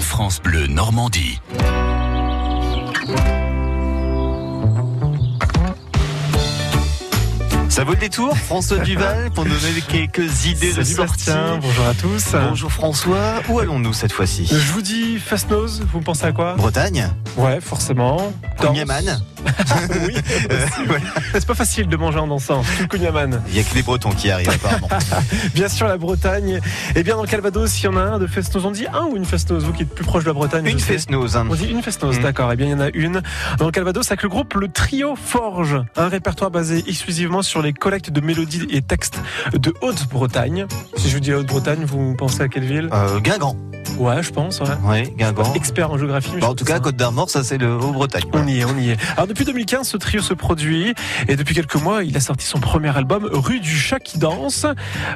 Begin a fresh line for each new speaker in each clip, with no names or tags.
France Bleu Normandie.
Ça vaut le détour, François Duval, pour nous donner quelques idées de
Salut
sortie.
Martin, bonjour à tous.
Bonjour François, où allons-nous cette fois-ci
Je vous dis fast nose, vous pensez à quoi
Bretagne
Ouais, forcément. Danse.
Cognaman
oui,
Euh, voilà.
c'est pas facile de manger en dansant, tout le cognaman.
Il n'y a que les Bretons qui arrivent apparemment.
Bien sûr, la Bretagne. Et bien dans le Calvados, il y en a un de fast nose. On dit un ou une fast nose, vous qui êtes plus proche de la Bretagne
Une
je sais.
fesse nose. hein.
On dit une festose,
Mm.
d'accord. Eh bien, il y en a une dans le Calvados avec le groupe Le Trio Forge, un répertoire basé exclusivement sur les collectes de mélodies et textes de Haute-Bretagne. Si je vous dis Haute-Bretagne, vous pensez à quelle ville
Euh, Guingamp.
Ouais, je pense, ouais.
Oui, Guingamp.
Expert en géographie. mais
Bah, en
je
tout
pense
cas,
que
Côte d'Armor, ça c'est le Haut-Bretagne.
on y est, on y est. Alors depuis 2015, ce trio se produit et depuis quelques mois, il a sorti son premier album Rue du chat qui danse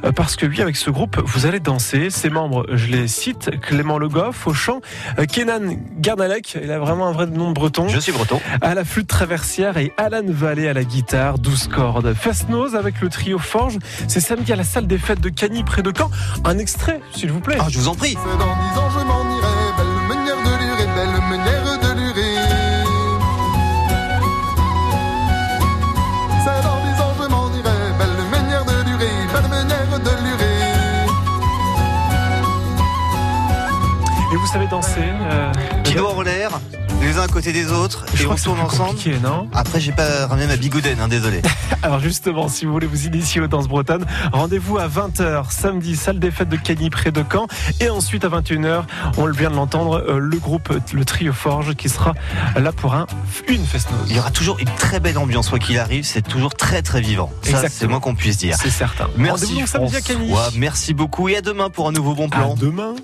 euh, parce que oui, avec ce groupe, vous allez danser. Ses membres, je les cite, Clément Le Goff au chant, euh, Kenan Garnalek, il a vraiment un vrai nom breton,
Je suis breton.
à la flûte traversière et Alan Vallée à la guitare, 12 cordes. Fest-Nose avec le trio Forge, c'est samedi à la salle des fêtes de Cagny près de Caen. Un extrait, s'il vous plaît.
Ah, je vous en prie.
C'est dans dix ans je m'en irai, belle meunière de l'urée, belle meunière de l'urée. C'est dans dix ans je m'en irai, belle meunière de l'urée, belle meunière de l'urée.
Et vous savez danser euh,
Qui doit en l'air, les uns à côté des autres, et
je
on
crois que c'est
tourne
plus
ensemble.
compliqué, non
Après, j'ai pas ramené ma bigoudaine, hein, désolé.
Alors justement, si vous voulez vous initier aux danses bretonnes, rendez-vous à 20h samedi, salle des fêtes de Cagny près de Caen. Et ensuite à 21h, on vient de l'entendre, euh, le groupe, le trio Forge qui sera là pour un, une
Il
festnose.
y aura toujours une très belle ambiance, quoi qu'il arrive, c'est toujours très très vivant. Ça, c'est
Exactement.
moins qu'on puisse dire.
C'est certain.
Merci
Rendez-vous donc samedi à Cagny.
François, merci beaucoup et à demain pour un nouveau bon
À
plan.
demain.